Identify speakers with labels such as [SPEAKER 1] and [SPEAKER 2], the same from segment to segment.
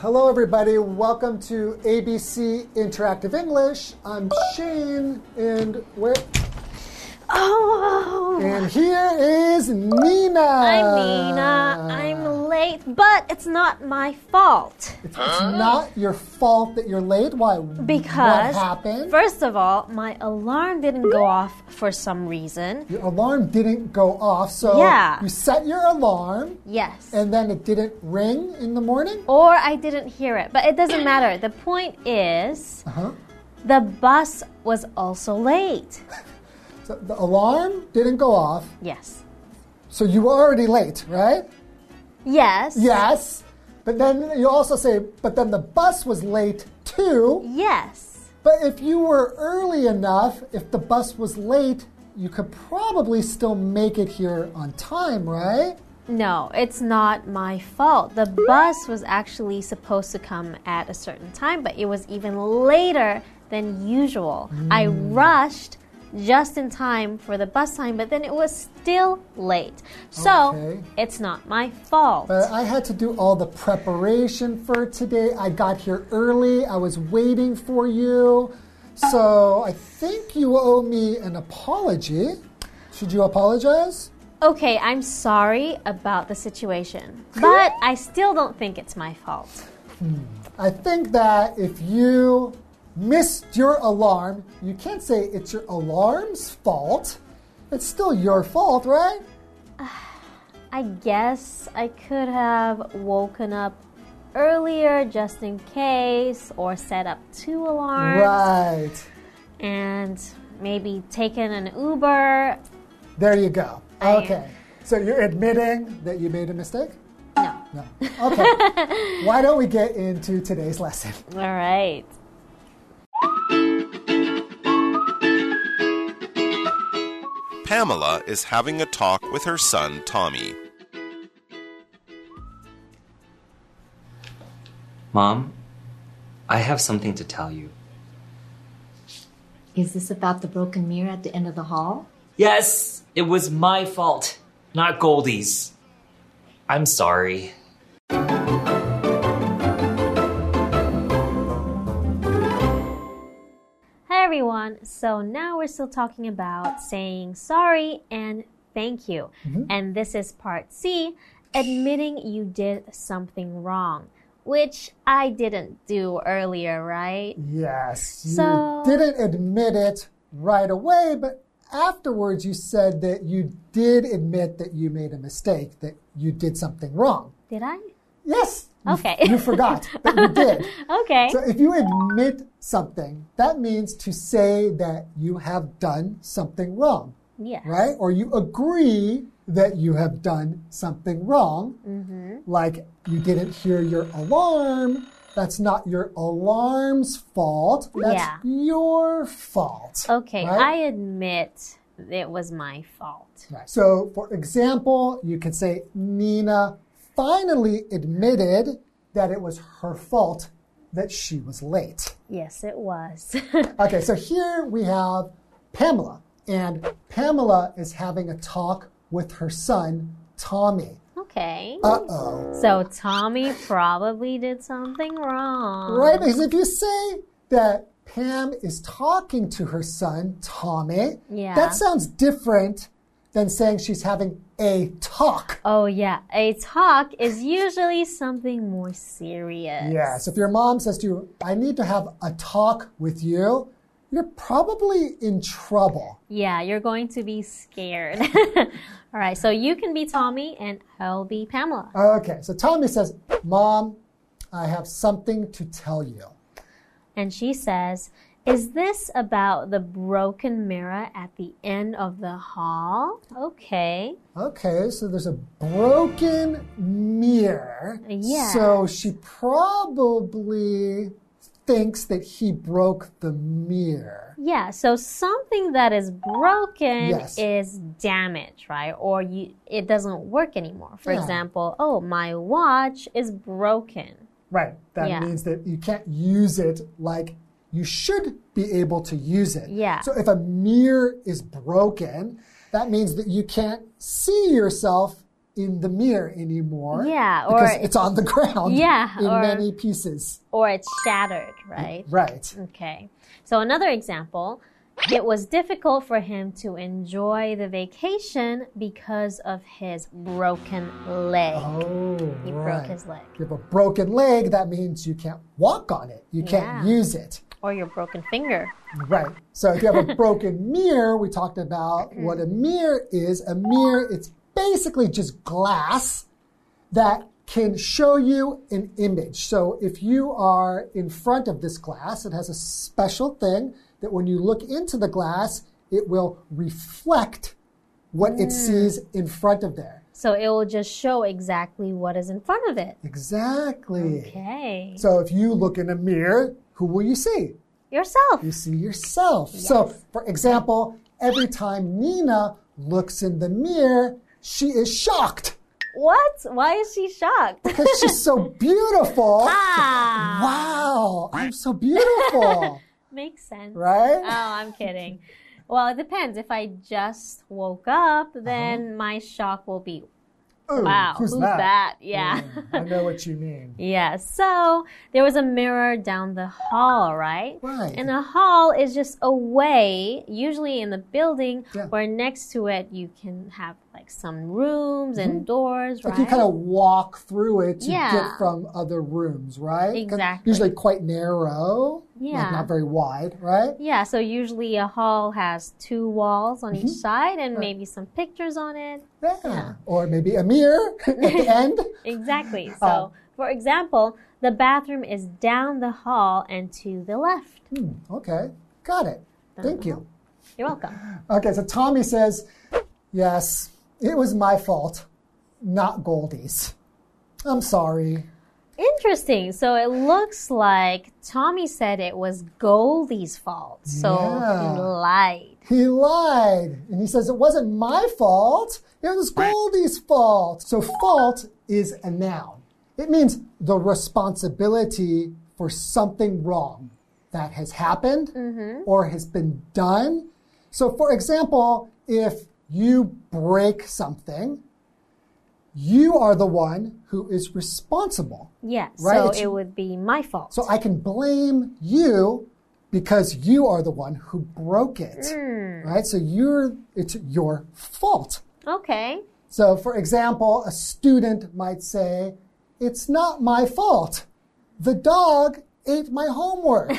[SPEAKER 1] Hello, everybody. Welcome to ABC Interactive English. I'm Shane, and where?
[SPEAKER 2] Oh,
[SPEAKER 1] And here is Nina.
[SPEAKER 2] I'm Nina. uh, I'm late, but it's not my fault.
[SPEAKER 1] It's, it's not your fault that you're late. Why? what
[SPEAKER 2] Because,
[SPEAKER 1] happened?
[SPEAKER 2] first of all, my alarm didn't go off for some reason.
[SPEAKER 1] your alarm didn't go off, so
[SPEAKER 2] Yeah.
[SPEAKER 1] you set your alarm,
[SPEAKER 2] Yes.
[SPEAKER 1] and then it didn't ring in the morning.
[SPEAKER 2] or I didn't hear it, but it doesn't matter. The point is,
[SPEAKER 1] Uh-huh.
[SPEAKER 2] the bus was also late.
[SPEAKER 1] So the alarm didn't go off,
[SPEAKER 2] Yes.
[SPEAKER 1] so you were already late, right?
[SPEAKER 2] Yes.
[SPEAKER 1] Yes. But then you also say, but then the bus was late too.
[SPEAKER 2] Yes.
[SPEAKER 1] But if you were early enough, if the bus was late, you could probably still make it here on time, right?
[SPEAKER 2] No, it's not my fault. The bus was actually supposed to come at a certain time, but it was even later than usual. I rushed just in time for the bus time, but then it was still late. So
[SPEAKER 1] Okay. Uh,
[SPEAKER 2] it's not my fault.
[SPEAKER 1] But I had to do all the preparation for today. I got here early, I was waiting for you. So I think you owe me an apology. Should you apologize?
[SPEAKER 2] okay, I'm sorry about the situation, but I still don't think it's my fault.
[SPEAKER 1] I think that if you missed your alarm, you can't say it's your alarm's fault. It's still your fault, right?
[SPEAKER 2] I guess I could have woken up earlier just in case, or set up two alarms,
[SPEAKER 1] Right.
[SPEAKER 2] and maybe taken an Uber.
[SPEAKER 1] There you go.
[SPEAKER 2] I am.
[SPEAKER 1] Okay. So you're admitting that you made a mistake?
[SPEAKER 2] No.
[SPEAKER 1] No. Okay. Why don't we get into today's lesson?
[SPEAKER 2] All right.
[SPEAKER 3] Pamela is having a talk with her son Tommy.
[SPEAKER 4] Mom, I have something to tell you.
[SPEAKER 5] Is this about the broken mirror at the end of the hall?
[SPEAKER 4] Yes, it was my fault, not Goldie's. I'm sorry.
[SPEAKER 2] Hi, everyone. So now we're still talking about saying sorry and thank you.
[SPEAKER 1] Mm-hmm.
[SPEAKER 2] And this is part C admitting you did something wrong, which I didn't do earlier, right?
[SPEAKER 1] Yes. You
[SPEAKER 2] So-
[SPEAKER 1] didn't admit it right away, but afterwards you said that you did admit that you made a mistake, that you did something wrong.
[SPEAKER 2] Did I?
[SPEAKER 1] Yes. you f-
[SPEAKER 2] Okay.
[SPEAKER 1] You, forgot, but you did.
[SPEAKER 2] Okay.
[SPEAKER 1] So if you admit something, that means to say that you have done something wrong.
[SPEAKER 2] yeah.
[SPEAKER 1] right? Or you agree that you have done something wrong, like you didn't hear your alarm. That's not your alarm's fault. That's
[SPEAKER 2] Yeah. Oh.
[SPEAKER 1] your fault.
[SPEAKER 2] Okay, I
[SPEAKER 1] right?
[SPEAKER 2] admit it was my fault.
[SPEAKER 1] Right. So, for example, you can say Nina finally admitted that it was her fault that she was late.
[SPEAKER 2] Yes, it was.
[SPEAKER 1] Okay, so here we have Pamela, and Pamela is having a talk with her son, Tommy.
[SPEAKER 2] okay.
[SPEAKER 1] Uh oh.
[SPEAKER 2] So Tommy probably did something wrong.
[SPEAKER 1] Right? Because if you say that Pam is talking to her son, Tommy,
[SPEAKER 2] Yeah.
[SPEAKER 1] that sounds different than saying she's having a talk.
[SPEAKER 2] Oh, yeah. A talk is usually something more serious.
[SPEAKER 1] Yes. If your mom says to you, I need to have a talk with you, you're probably in trouble.
[SPEAKER 2] Yeah, you're going to be scared. All right, so you can be Tommy and I'll be Pamela.
[SPEAKER 1] Okay, so Tommy says, Mom, I have something to tell you.
[SPEAKER 2] And she says, Is this about the broken mirror at the end of the hall? Okay.
[SPEAKER 1] Okay, so there's a broken mirror.
[SPEAKER 2] Yes.
[SPEAKER 1] So she probably thinks that he broke the mirror.
[SPEAKER 2] Yeah, so something that is broken
[SPEAKER 1] Yes.
[SPEAKER 2] is damaged, right? Or you, it doesn't work anymore. For
[SPEAKER 1] Yeah.
[SPEAKER 2] example, oh, my watch is broken.
[SPEAKER 1] Right. That
[SPEAKER 2] Yeah.
[SPEAKER 1] means that you can't use it like you should be able to use it.
[SPEAKER 2] Yeah.
[SPEAKER 1] So if a mirror is broken, that means that you can't see yourself in the mirror anymore.
[SPEAKER 2] Yeah, or
[SPEAKER 1] because
[SPEAKER 2] it-
[SPEAKER 1] it's on the ground.
[SPEAKER 2] Yeah,
[SPEAKER 1] in
[SPEAKER 2] or-
[SPEAKER 1] many pieces.
[SPEAKER 2] or it's shattered, right?
[SPEAKER 1] Right.
[SPEAKER 2] Okay. So another example, it was difficult for him to enjoy the vacation because of his broken leg.
[SPEAKER 1] Oh,
[SPEAKER 2] he
[SPEAKER 1] right.
[SPEAKER 2] broke his leg.
[SPEAKER 1] You have a broken leg. That means you can't walk on it. You can't
[SPEAKER 2] Yeah.
[SPEAKER 1] use it.
[SPEAKER 2] Or your broken finger.
[SPEAKER 1] Right. So if you have a broken mirror, we talked about
[SPEAKER 2] Mm-hmm.
[SPEAKER 1] what a mirror is. A mirror, it's basically just glass that can show you an image. So if you are in front of this glass, it has a special thing that when you look into the glass, it will reflect what
[SPEAKER 2] Mm.
[SPEAKER 1] it sees in front of there.
[SPEAKER 2] So it will just show exactly what is in front of it.
[SPEAKER 1] Exactly.
[SPEAKER 2] Okay.
[SPEAKER 1] So if you look in a mirror, who will you see?
[SPEAKER 2] Yourself.
[SPEAKER 1] you see yourself. So, for example, every time Nina looks in the mirror, she is shocked
[SPEAKER 2] What? Why is she shocked?
[SPEAKER 1] because she's so beautiful.
[SPEAKER 2] ah,
[SPEAKER 1] Wow, I'm so beautiful,
[SPEAKER 2] makes sense.
[SPEAKER 1] right?
[SPEAKER 2] Oh, I'm kidding. Well, it depends. If I just woke up, then my shock will be,
[SPEAKER 1] Uh-huh. Ooh,
[SPEAKER 2] Uh, wow,
[SPEAKER 1] who's, that?
[SPEAKER 2] Yeah.
[SPEAKER 1] I know what you mean.
[SPEAKER 2] Yeah, so there was a mirror down the hall, right?
[SPEAKER 1] Right.
[SPEAKER 2] And a hall is just a way, usually in the building,
[SPEAKER 1] Yeah.
[SPEAKER 2] where next to it you can have like some rooms and doors,
[SPEAKER 1] Mm-hmm. Like
[SPEAKER 2] right?
[SPEAKER 1] you kind of walk through it to
[SPEAKER 2] Yeah.
[SPEAKER 1] get from other rooms, right? 'Cause
[SPEAKER 2] Exactly.
[SPEAKER 1] Usually quite narrow, like
[SPEAKER 2] Yeah.
[SPEAKER 1] not very wide, right?
[SPEAKER 2] yeah, so usually a hall has two walls on
[SPEAKER 1] Mm-hmm.
[SPEAKER 2] each side and maybe some pictures on it.
[SPEAKER 1] Yeah. Or maybe a mirror at the end.
[SPEAKER 2] Exactly. So,
[SPEAKER 1] Oh.
[SPEAKER 2] for example, the bathroom is down the hall and to the left.
[SPEAKER 1] Okay, got it. Thank you.
[SPEAKER 2] You're welcome.
[SPEAKER 1] Okay, so Tommy says, Yes, it was my fault, not Goldie's. I'm sorry.
[SPEAKER 2] Interesting. So it looks like Tommy said it was Goldie's fault. So he
[SPEAKER 1] Yeah.
[SPEAKER 2] lied.
[SPEAKER 1] He lied. And he says, It wasn't my fault, it was Goldie's fault. So, fault is a noun, it means the responsibility for something wrong that has happened or has been done. So, for example, if you break something, you are the one who is responsible.
[SPEAKER 2] Yes.
[SPEAKER 1] Right,
[SPEAKER 2] So
[SPEAKER 1] it's-
[SPEAKER 2] it would be my fault.
[SPEAKER 1] So I can blame you because you are the one who broke it.
[SPEAKER 2] Hmm.
[SPEAKER 1] Right? So you're it's your fault.
[SPEAKER 2] okay.
[SPEAKER 1] So for example, a student might say, "It's not my fault. The dog ate my homework."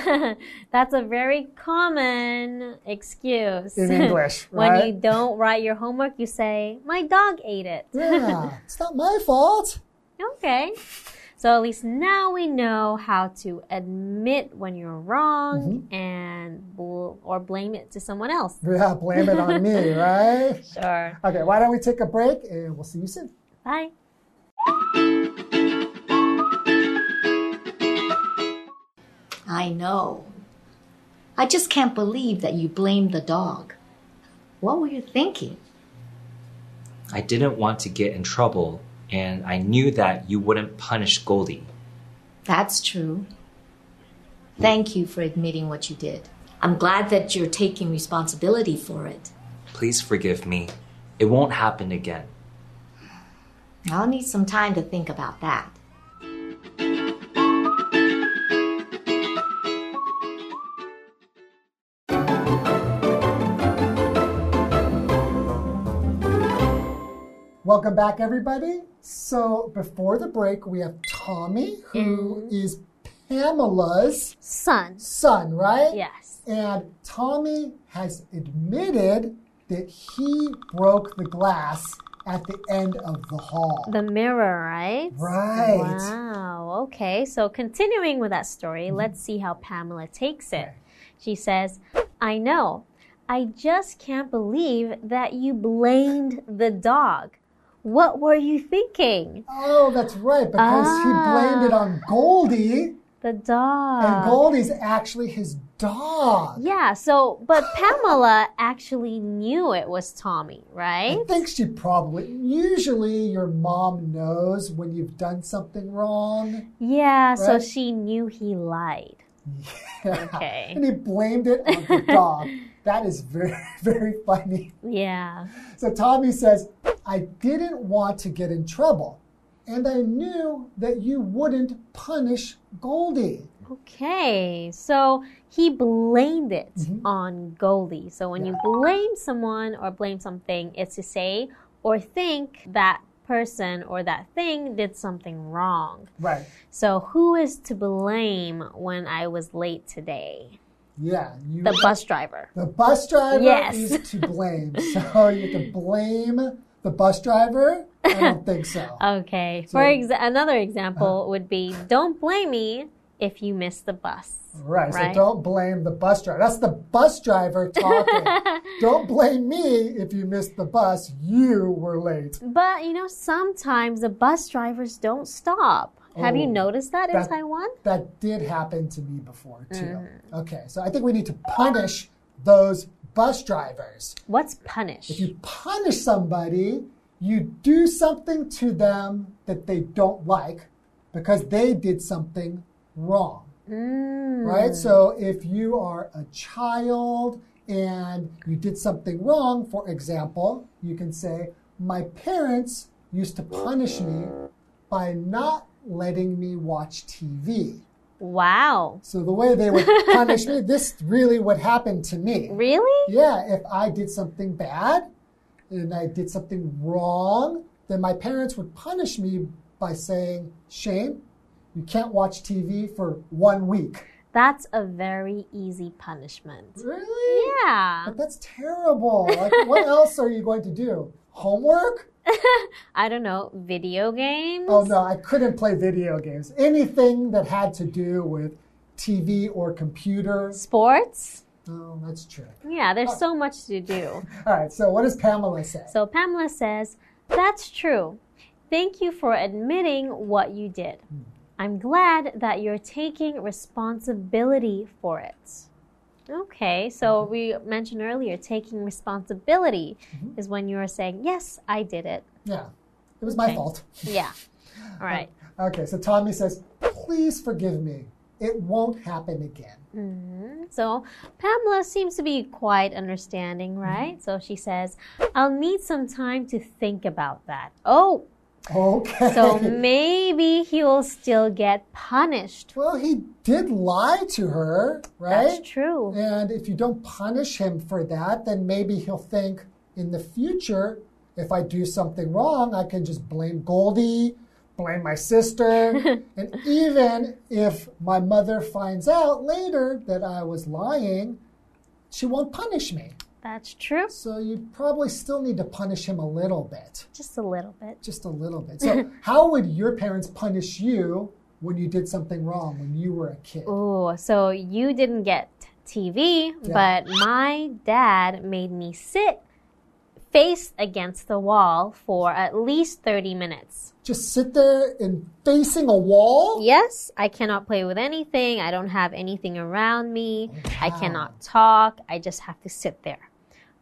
[SPEAKER 2] That's a very common excuse.
[SPEAKER 1] In English,
[SPEAKER 2] when
[SPEAKER 1] right?
[SPEAKER 2] you don't write your homework, you say, My dog ate it.
[SPEAKER 1] yeah, it's not my fault.
[SPEAKER 2] Okay. So at least now we know how to admit when you're wrong
[SPEAKER 1] Mm-hmm.
[SPEAKER 2] and bl- or blame it to someone else.
[SPEAKER 1] Yeah, blame it on me, right?
[SPEAKER 2] Sure.
[SPEAKER 1] Okay, why don't we take a break and we'll see you soon.
[SPEAKER 2] Bye.
[SPEAKER 5] I know. I just can't believe that you blamed the dog. What were you thinking?
[SPEAKER 4] I didn't want to get in trouble, and I knew that you wouldn't punish Goldie.
[SPEAKER 5] That's true. Thank you for admitting what you did. I'm glad that you're taking responsibility for it.
[SPEAKER 4] Please forgive me. It won't happen again.
[SPEAKER 5] I'll need some time to think about that.
[SPEAKER 1] Welcome back, everybody. So before the break, we have Tommy, who is Pamela's
[SPEAKER 2] Son.
[SPEAKER 1] son, right?
[SPEAKER 2] Yes.
[SPEAKER 1] And Tommy has admitted that he broke the glass at the end of the hall.
[SPEAKER 2] The mirror, right?
[SPEAKER 1] Right.
[SPEAKER 2] Wow. Okay. So continuing with that story,
[SPEAKER 1] Mm-hmm.
[SPEAKER 2] let's see how Pamela takes it. She says, I know. I just can't believe that you blamed the dog. What were you thinking?
[SPEAKER 1] Oh, that's right, because
[SPEAKER 2] Ah.
[SPEAKER 1] he blamed it on Goldie,
[SPEAKER 2] The dog.
[SPEAKER 1] and Goldie's actually his dog.
[SPEAKER 2] Yeah, so, but Pamela actually knew it was Tommy, right?
[SPEAKER 1] I think she probably, usually your mom knows when you've done something wrong.
[SPEAKER 2] Yeah, so
[SPEAKER 1] Right?
[SPEAKER 2] she knew he lied. Okay.
[SPEAKER 1] And he blamed it on the dog. That is very, very funny.
[SPEAKER 2] Yeah.
[SPEAKER 1] So Tommy says, I didn't want to get in trouble. And I knew that you wouldn't punish Goldie.
[SPEAKER 2] Okay, so he blamed it
[SPEAKER 1] Mm-hmm.
[SPEAKER 2] on Goldie. So when you blame someone or blame something, it's to say or think that person or that thing did something wrong.
[SPEAKER 1] Right.
[SPEAKER 2] So who is to blame when I was late today?
[SPEAKER 1] Yeah. You,
[SPEAKER 2] The bus driver.
[SPEAKER 1] the bus driver
[SPEAKER 2] Yes.
[SPEAKER 1] is to blame. so you can blame the bus driver? I don't think so.
[SPEAKER 2] Uh,
[SPEAKER 1] Uh-huh.
[SPEAKER 2] Okay. For exa- another example would be don't blame me if you miss the bus.
[SPEAKER 1] Right,
[SPEAKER 2] right.
[SPEAKER 1] so don't blame the bus driver. That's the bus driver talking. don't blame me if you missed the bus. You were late.
[SPEAKER 2] But you know, sometimes the bus drivers don't stop. Have you
[SPEAKER 1] Oh,
[SPEAKER 2] noticed that in
[SPEAKER 1] that-
[SPEAKER 2] Taiwan?
[SPEAKER 1] That did happen to me before, too. Okay, so I think we need to punish those bus drivers.
[SPEAKER 2] What's punish?
[SPEAKER 1] If you punish somebody, you do something to them that they don't like because they did something wrong. Right? So if you are a child and you did something wrong, for example, you can say, My parents used to punish me by not letting me watch TV.
[SPEAKER 2] Wow.
[SPEAKER 1] So the way they would punish me, this really what happened to me.
[SPEAKER 2] Really?
[SPEAKER 1] Yeah, if I did something bad and I did something wrong, then my parents would punish me by saying, Shane, you can't watch TV for one week.
[SPEAKER 2] That's a very easy punishment.
[SPEAKER 1] Really?
[SPEAKER 2] Yeah.
[SPEAKER 1] But that's terrible. Like, what else are you going to do? Homework?
[SPEAKER 2] I don't know, video games?
[SPEAKER 1] Oh, no, I couldn't play video games. Anything that had to do with TV or computers.
[SPEAKER 2] Sports?
[SPEAKER 1] Oh, that's true.
[SPEAKER 2] Yeah,
[SPEAKER 1] Oh.
[SPEAKER 2] there's so much to do.
[SPEAKER 1] All right, so what does Pamela say?
[SPEAKER 2] So Pamela says, That's true. Thank you for admitting what you did. I'm glad that you're taking responsibility for it. Okay, so
[SPEAKER 1] Mm-hmm.
[SPEAKER 2] we mentioned earlier taking responsibility
[SPEAKER 1] Mm-hmm.
[SPEAKER 2] is when you are saying, Yes, I did it.
[SPEAKER 1] Yeah, it was my fault.
[SPEAKER 2] Yeah. All right.
[SPEAKER 1] Okay, so Tommy says, please forgive me. It won't happen again.
[SPEAKER 2] So Pamela seems to be quite understanding, right? So she says, I'll need some time to think about that. Oh,
[SPEAKER 1] Okay.
[SPEAKER 2] so maybe he will still get punished.
[SPEAKER 1] well, he did lie to her, right?
[SPEAKER 2] That's true.
[SPEAKER 1] And if you don't punish him for that, then maybe he'll think in the future, if I do something wrong, I can just blame Goldie, blame my sister. and even if my mother finds out later that I was lying, she won't punish me.
[SPEAKER 2] That's true.
[SPEAKER 1] So you probably still need to punish him a little bit.
[SPEAKER 2] Just a little bit.
[SPEAKER 1] just a little bit. So, how would your parents punish you when you did something wrong when you were a kid?
[SPEAKER 2] Oh, so you didn't get TV, but my dad made me sit face against the wall for at least 30 minutes.
[SPEAKER 1] Just sit there and facing a wall?
[SPEAKER 2] Yes, I cannot play with anything. I don't have anything around me. I cannot talk. I just have to sit there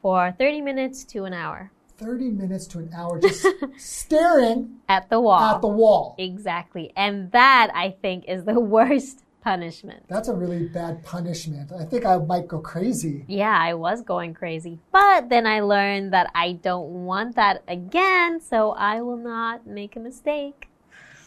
[SPEAKER 2] for 30 minutes to an hour
[SPEAKER 1] 30 minutes to an hour just staring
[SPEAKER 2] at the wall.
[SPEAKER 1] at the wall.
[SPEAKER 2] Exactly. And that, I think, is the worst punishment.
[SPEAKER 1] That's a really bad punishment. I think I might go crazy.
[SPEAKER 2] Yeah, I was going crazy. But then I learned that I don't want that again, so I will not make a mistake.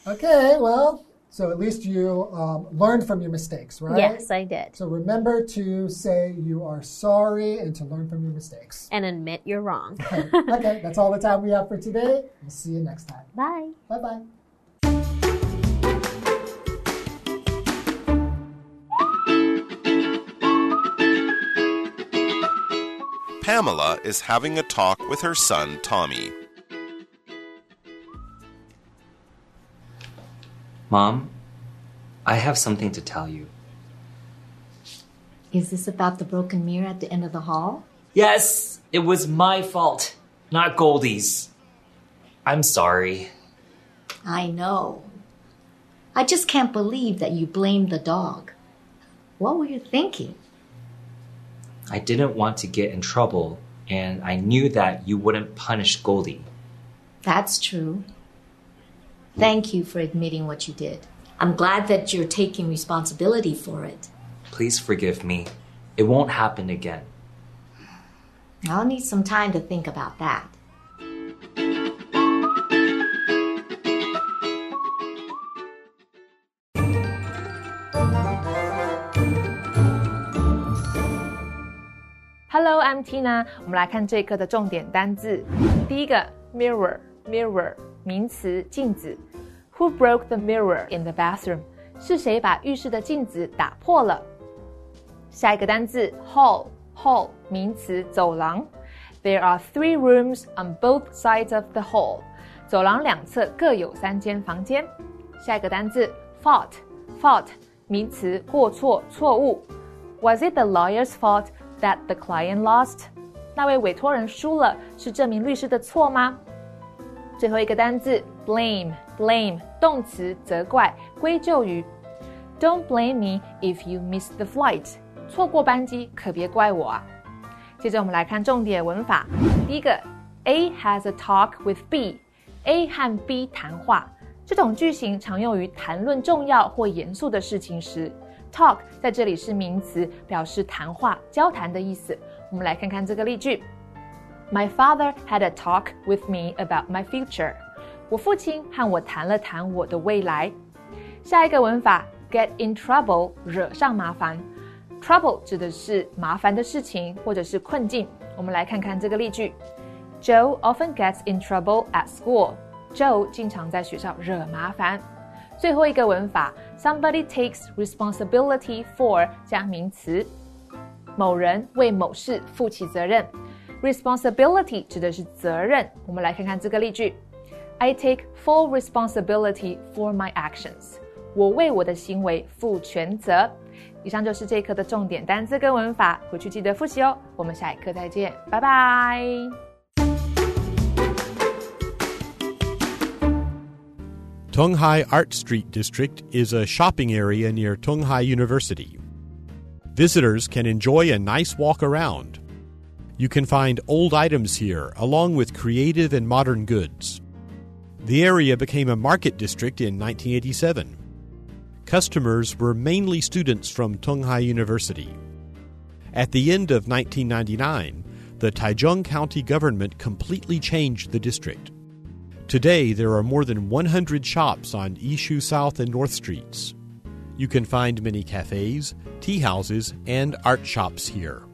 [SPEAKER 1] Okay, well, so at least you um, learned from your mistakes, right?
[SPEAKER 2] Yes, I did.
[SPEAKER 1] So remember to say you are sorry and to learn from your mistakes.
[SPEAKER 2] And admit you're wrong.
[SPEAKER 1] okay, that's all the time we have for today. We'll see you next time.
[SPEAKER 2] Bye.
[SPEAKER 1] Bye bye.
[SPEAKER 3] Pamela is having a talk with her son Tommy.
[SPEAKER 4] Mom, I have something to tell you.
[SPEAKER 5] Is this about the broken mirror at the end of the hall?
[SPEAKER 4] Yes, it was my fault, not Goldie's. I'm sorry.
[SPEAKER 5] I know. I just can't believe that you blamed the dog. What were you thinking?
[SPEAKER 4] I didn't want to get in trouble, and I knew that you wouldn't punish Goldie.
[SPEAKER 5] That's true. Thank you for admitting what you did. I'm glad that you're taking responsibility for it.
[SPEAKER 4] Please forgive me. It won't happen again.
[SPEAKER 5] I'll need some time to think about that.
[SPEAKER 6] Hello, I'm Tina。我们来看这一课的重点单字。第一个，mirror，mirror，名词，镜子。Who broke the mirror in the bathroom？是谁把浴室的镜子打破了？下一个单字，hall，hall，名词，走廊。There are three rooms on both sides of the hall。走廊两侧各有三间房间。下一个单字，fault，fault，名词，过错、错误。Was it the lawyer's fault that the client lost？那位委托人输了，是这名律师的错吗？最后一个单字 blame blame 动词责怪归咎于。Don't blame me if you miss the flight。错过班机可别怪我啊。接着我们来看重点文法。第一个，A has a talk with B。A 和 B 谈话，这种句型常用于谈论重要或严肃的事情时。Talk 在这里是名词，表示谈话、交谈的意思。我们来看看这个例句：My father had a talk with me about my future。我父亲和我谈了谈我的未来。下一个文法 get in trouble 惹上麻烦。Trouble 指的是麻烦的事情或者是困境。我们来看看这个例句：Joe often gets in trouble at school。Joe 经常在学校惹麻烦。最后一个文法，somebody takes responsibility for 加名词，某人为某事负起责任。responsibility 指的是责任。我们来看看这个例句：I take full responsibility for my actions。我为我的行为负全责。以上就是这一课的重点单词跟文法，回去记得复习哦。我们下一课再见，拜拜。
[SPEAKER 7] Tunghai Art Street District is a shopping area near Tunghai University. Visitors can enjoy a nice walk around. You can find old items here, along with creative and modern goods. The area became a market district in 1987. Customers were mainly students from Tunghai University. At the end of 1999, the Taichung County government completely changed the district. Today, there are more than 100 shops on Ishu South and North Streets. You can find many cafes, tea houses, and art shops here.